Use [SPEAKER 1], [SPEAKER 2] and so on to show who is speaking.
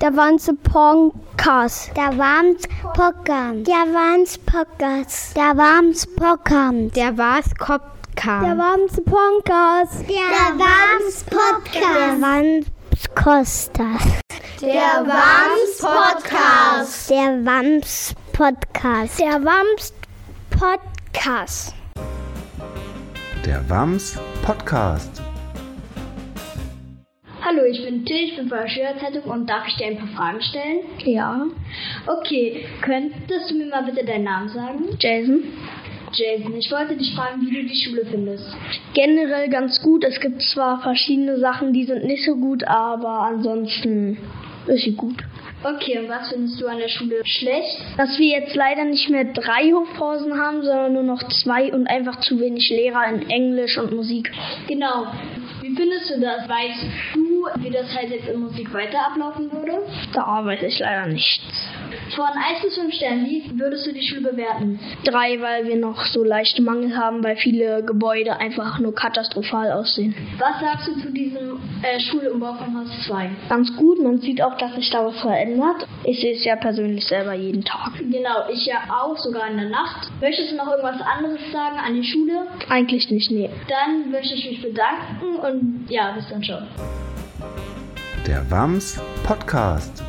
[SPEAKER 1] Da waren's Podcasts.
[SPEAKER 2] Da waren's Podcasts. Da waren's Podcasts. Da waren's Podcasts.
[SPEAKER 3] Da war's Kopfkam.
[SPEAKER 1] Da waren's Podcasts.
[SPEAKER 2] Da waren's Podcasts.
[SPEAKER 1] Da waren's Kostas.
[SPEAKER 4] Der Wams Podcast.
[SPEAKER 2] Der Wams Podcast.
[SPEAKER 1] Der Wams Podcast.
[SPEAKER 5] Der Wams Podcast.
[SPEAKER 6] Hallo, ich bin Till, ich bin von der Schülerzeitung und darf ich dir ein paar Fragen stellen?
[SPEAKER 1] Ja.
[SPEAKER 6] Okay, könntest du mir mal bitte deinen Namen sagen?
[SPEAKER 1] Jason.
[SPEAKER 6] Jason, ich wollte dich fragen, wie du die Schule findest.
[SPEAKER 1] Generell ganz gut. Es gibt zwar verschiedene Sachen, die sind nicht so gut, aber ansonsten ist sie gut.
[SPEAKER 6] Okay, und was findest du an der Schule schlecht?
[SPEAKER 1] Dass wir jetzt leider nicht mehr drei Hofpausen haben, sondern nur noch zwei und einfach zu wenig Lehrer in Englisch und Musik.
[SPEAKER 6] Genau. Wie findest du das? Weißt du, wie das halt jetzt in Musik weiter ablaufen würde?
[SPEAKER 1] Da weiß ich leider nichts.
[SPEAKER 6] Von 1 bis 5 Sternen, wie würdest du die Schule bewerten?
[SPEAKER 1] Drei, weil wir noch so leichte Mangel haben, weil viele Gebäude einfach nur katastrophal aussehen.
[SPEAKER 6] Was sagst du zu diesem äh, Schulumbau von Haus 2?
[SPEAKER 1] Ganz gut, man sieht auch, dass sich da was verändert. Ich sehe es ja persönlich selber jeden Tag.
[SPEAKER 6] Genau, ich ja auch, sogar in der Nacht. Möchtest du noch irgendwas anderes sagen an die Schule?
[SPEAKER 1] Eigentlich nicht, nee.
[SPEAKER 6] Dann möchte ich mich bedanken und ja, bis dann schon.
[SPEAKER 5] Der WAMS Podcast.